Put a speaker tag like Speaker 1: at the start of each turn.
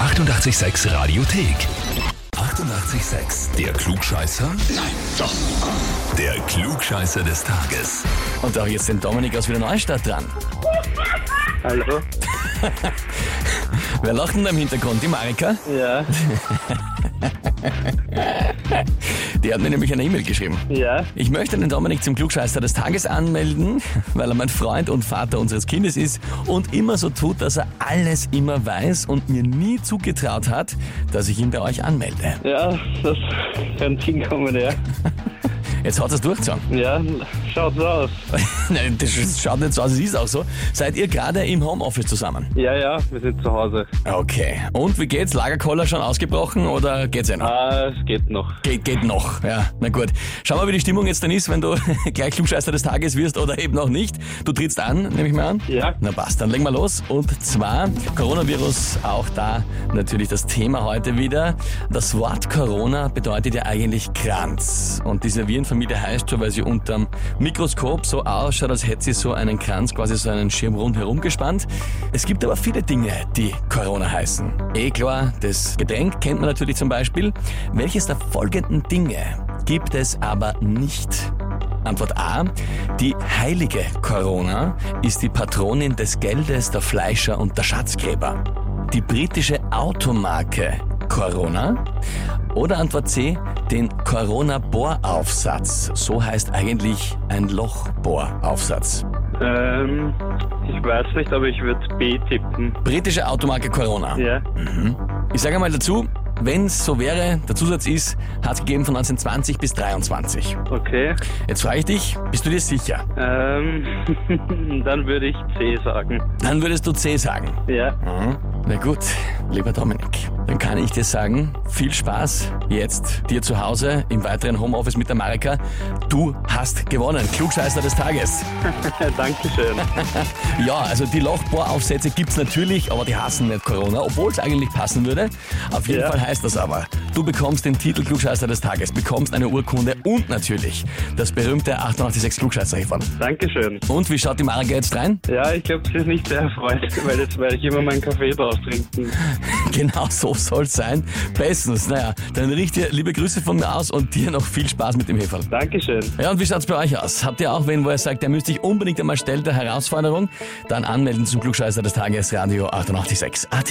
Speaker 1: 886 Radiothek. 88,6. Der Klugscheißer? Nein, doch. Der Klugscheißer des Tages.
Speaker 2: Und auch jetzt den Dominik aus Wiener Neustadt dran.
Speaker 3: Hallo?
Speaker 2: Wer lacht denn da im Hintergrund? Die Marika?
Speaker 3: Ja,
Speaker 2: Die hat mir nämlich eine E-Mail geschrieben.
Speaker 3: ja,
Speaker 2: Ich möchte den Dominik zum Klugscheißer des Tages anmelden, weil er mein Freund und Vater unseres Kindes ist und immer so tut, dass er alles immer weiß und mir nie zugetraut hat, dass ich ihn bei euch anmelde.
Speaker 3: ja, das kann hinkommen, ja.
Speaker 2: Jetzt hat er es durchgezogen.
Speaker 3: Ja, schaut so aus.
Speaker 2: Nein, das ist- schaut nicht so aus, es ist auch so. Seid ihr gerade im Homeoffice zusammen?
Speaker 3: Ja, ja, wir sind zu Hause.
Speaker 2: Okay. Und wie geht's? Lagerkoller schon ausgebrochen oder geht's eh noch?
Speaker 3: Ah, es geht noch.
Speaker 2: Geht, geht noch, ja. Na gut. Schau mal, wie die Stimmung jetzt dann ist, wenn du gleich Klugscheißer des Tages wirst oder eben auch nicht. Du trittst an, nehme ich mal an.
Speaker 3: Ja.
Speaker 2: Na passt, dann legen wir los. Und zwar Coronavirus, auch da natürlich das Thema heute wieder. Das Wort Corona bedeutet ja eigentlich Kranz. Und diese Virenfamilie heißt schon, weil sie unterm Mikroskop so ausschaut, als hätte sie so einen Kranz, quasi so einen Schirm rundherum gespannt. Es gibt aber viele Dinge, die Corona heißen. Eh klar, das Getränk kennt man natürlich zum Beispiel. Welches der folgenden Dinge gibt es aber nicht? Antwort A. Die heilige Corona ist die Patronin des Geldes, der Fleischer und der Schatzgräber. Die britische Automarke Corona. Oder Antwort C. Den Corona-Bohraufsatz. So heißt eigentlich ein Lochbohraufsatz.
Speaker 3: Ähm, ich weiß nicht, aber ich würde B tippen.
Speaker 2: Britische Automarke Corona.
Speaker 3: Ja,
Speaker 2: Ich sage einmal dazu, wenn es so wäre, der Zusatz ist, hat es gegeben von 1920 bis 23.
Speaker 3: okay.
Speaker 2: Jetzt frage ich dich, bist du dir sicher?
Speaker 3: Ähm, dann würde ich C sagen.
Speaker 2: Dann würdest du C sagen.
Speaker 3: Ja,
Speaker 2: Mhm. Na gut, lieber Dominik, dann kann ich dir sagen, viel Spaß jetzt dir zu Hause im weiteren Homeoffice mit der Marika. Du hast gewonnen, Klugscheißer des Tages.
Speaker 3: Dankeschön.
Speaker 2: Ja, also die Lochbohraufsätze gibt's natürlich, aber die hassen nicht Corona, obwohl es eigentlich passen würde. Auf jeden
Speaker 3: Ja.
Speaker 2: Fall heißt das aber, du bekommst den Titel Klugscheißer des Tages, bekommst eine Urkunde und natürlich das berühmte 886 klugscheißer -Häferl.
Speaker 3: Dankeschön.
Speaker 2: Und wie schaut die Marika jetzt rein?
Speaker 3: Ja, ich glaube, sie ist nicht sehr erfreut, weil jetzt werde ich immer meinen Kaffee draus trinken.
Speaker 2: Genau so soll's sein. Bestens. Naja, dann richte dir liebe Grüße von mir aus und dir noch viel Spaß mit dem Heferl.
Speaker 3: Dankeschön.
Speaker 2: Ja, und wie schaut's bei euch aus? Habt ihr auch wen, wo ihr sagt, der müsste ich unbedingt einmal stellen, der Herausforderung? Dann anmelden zum Glückscheißer des Tages, Radio 886 AT.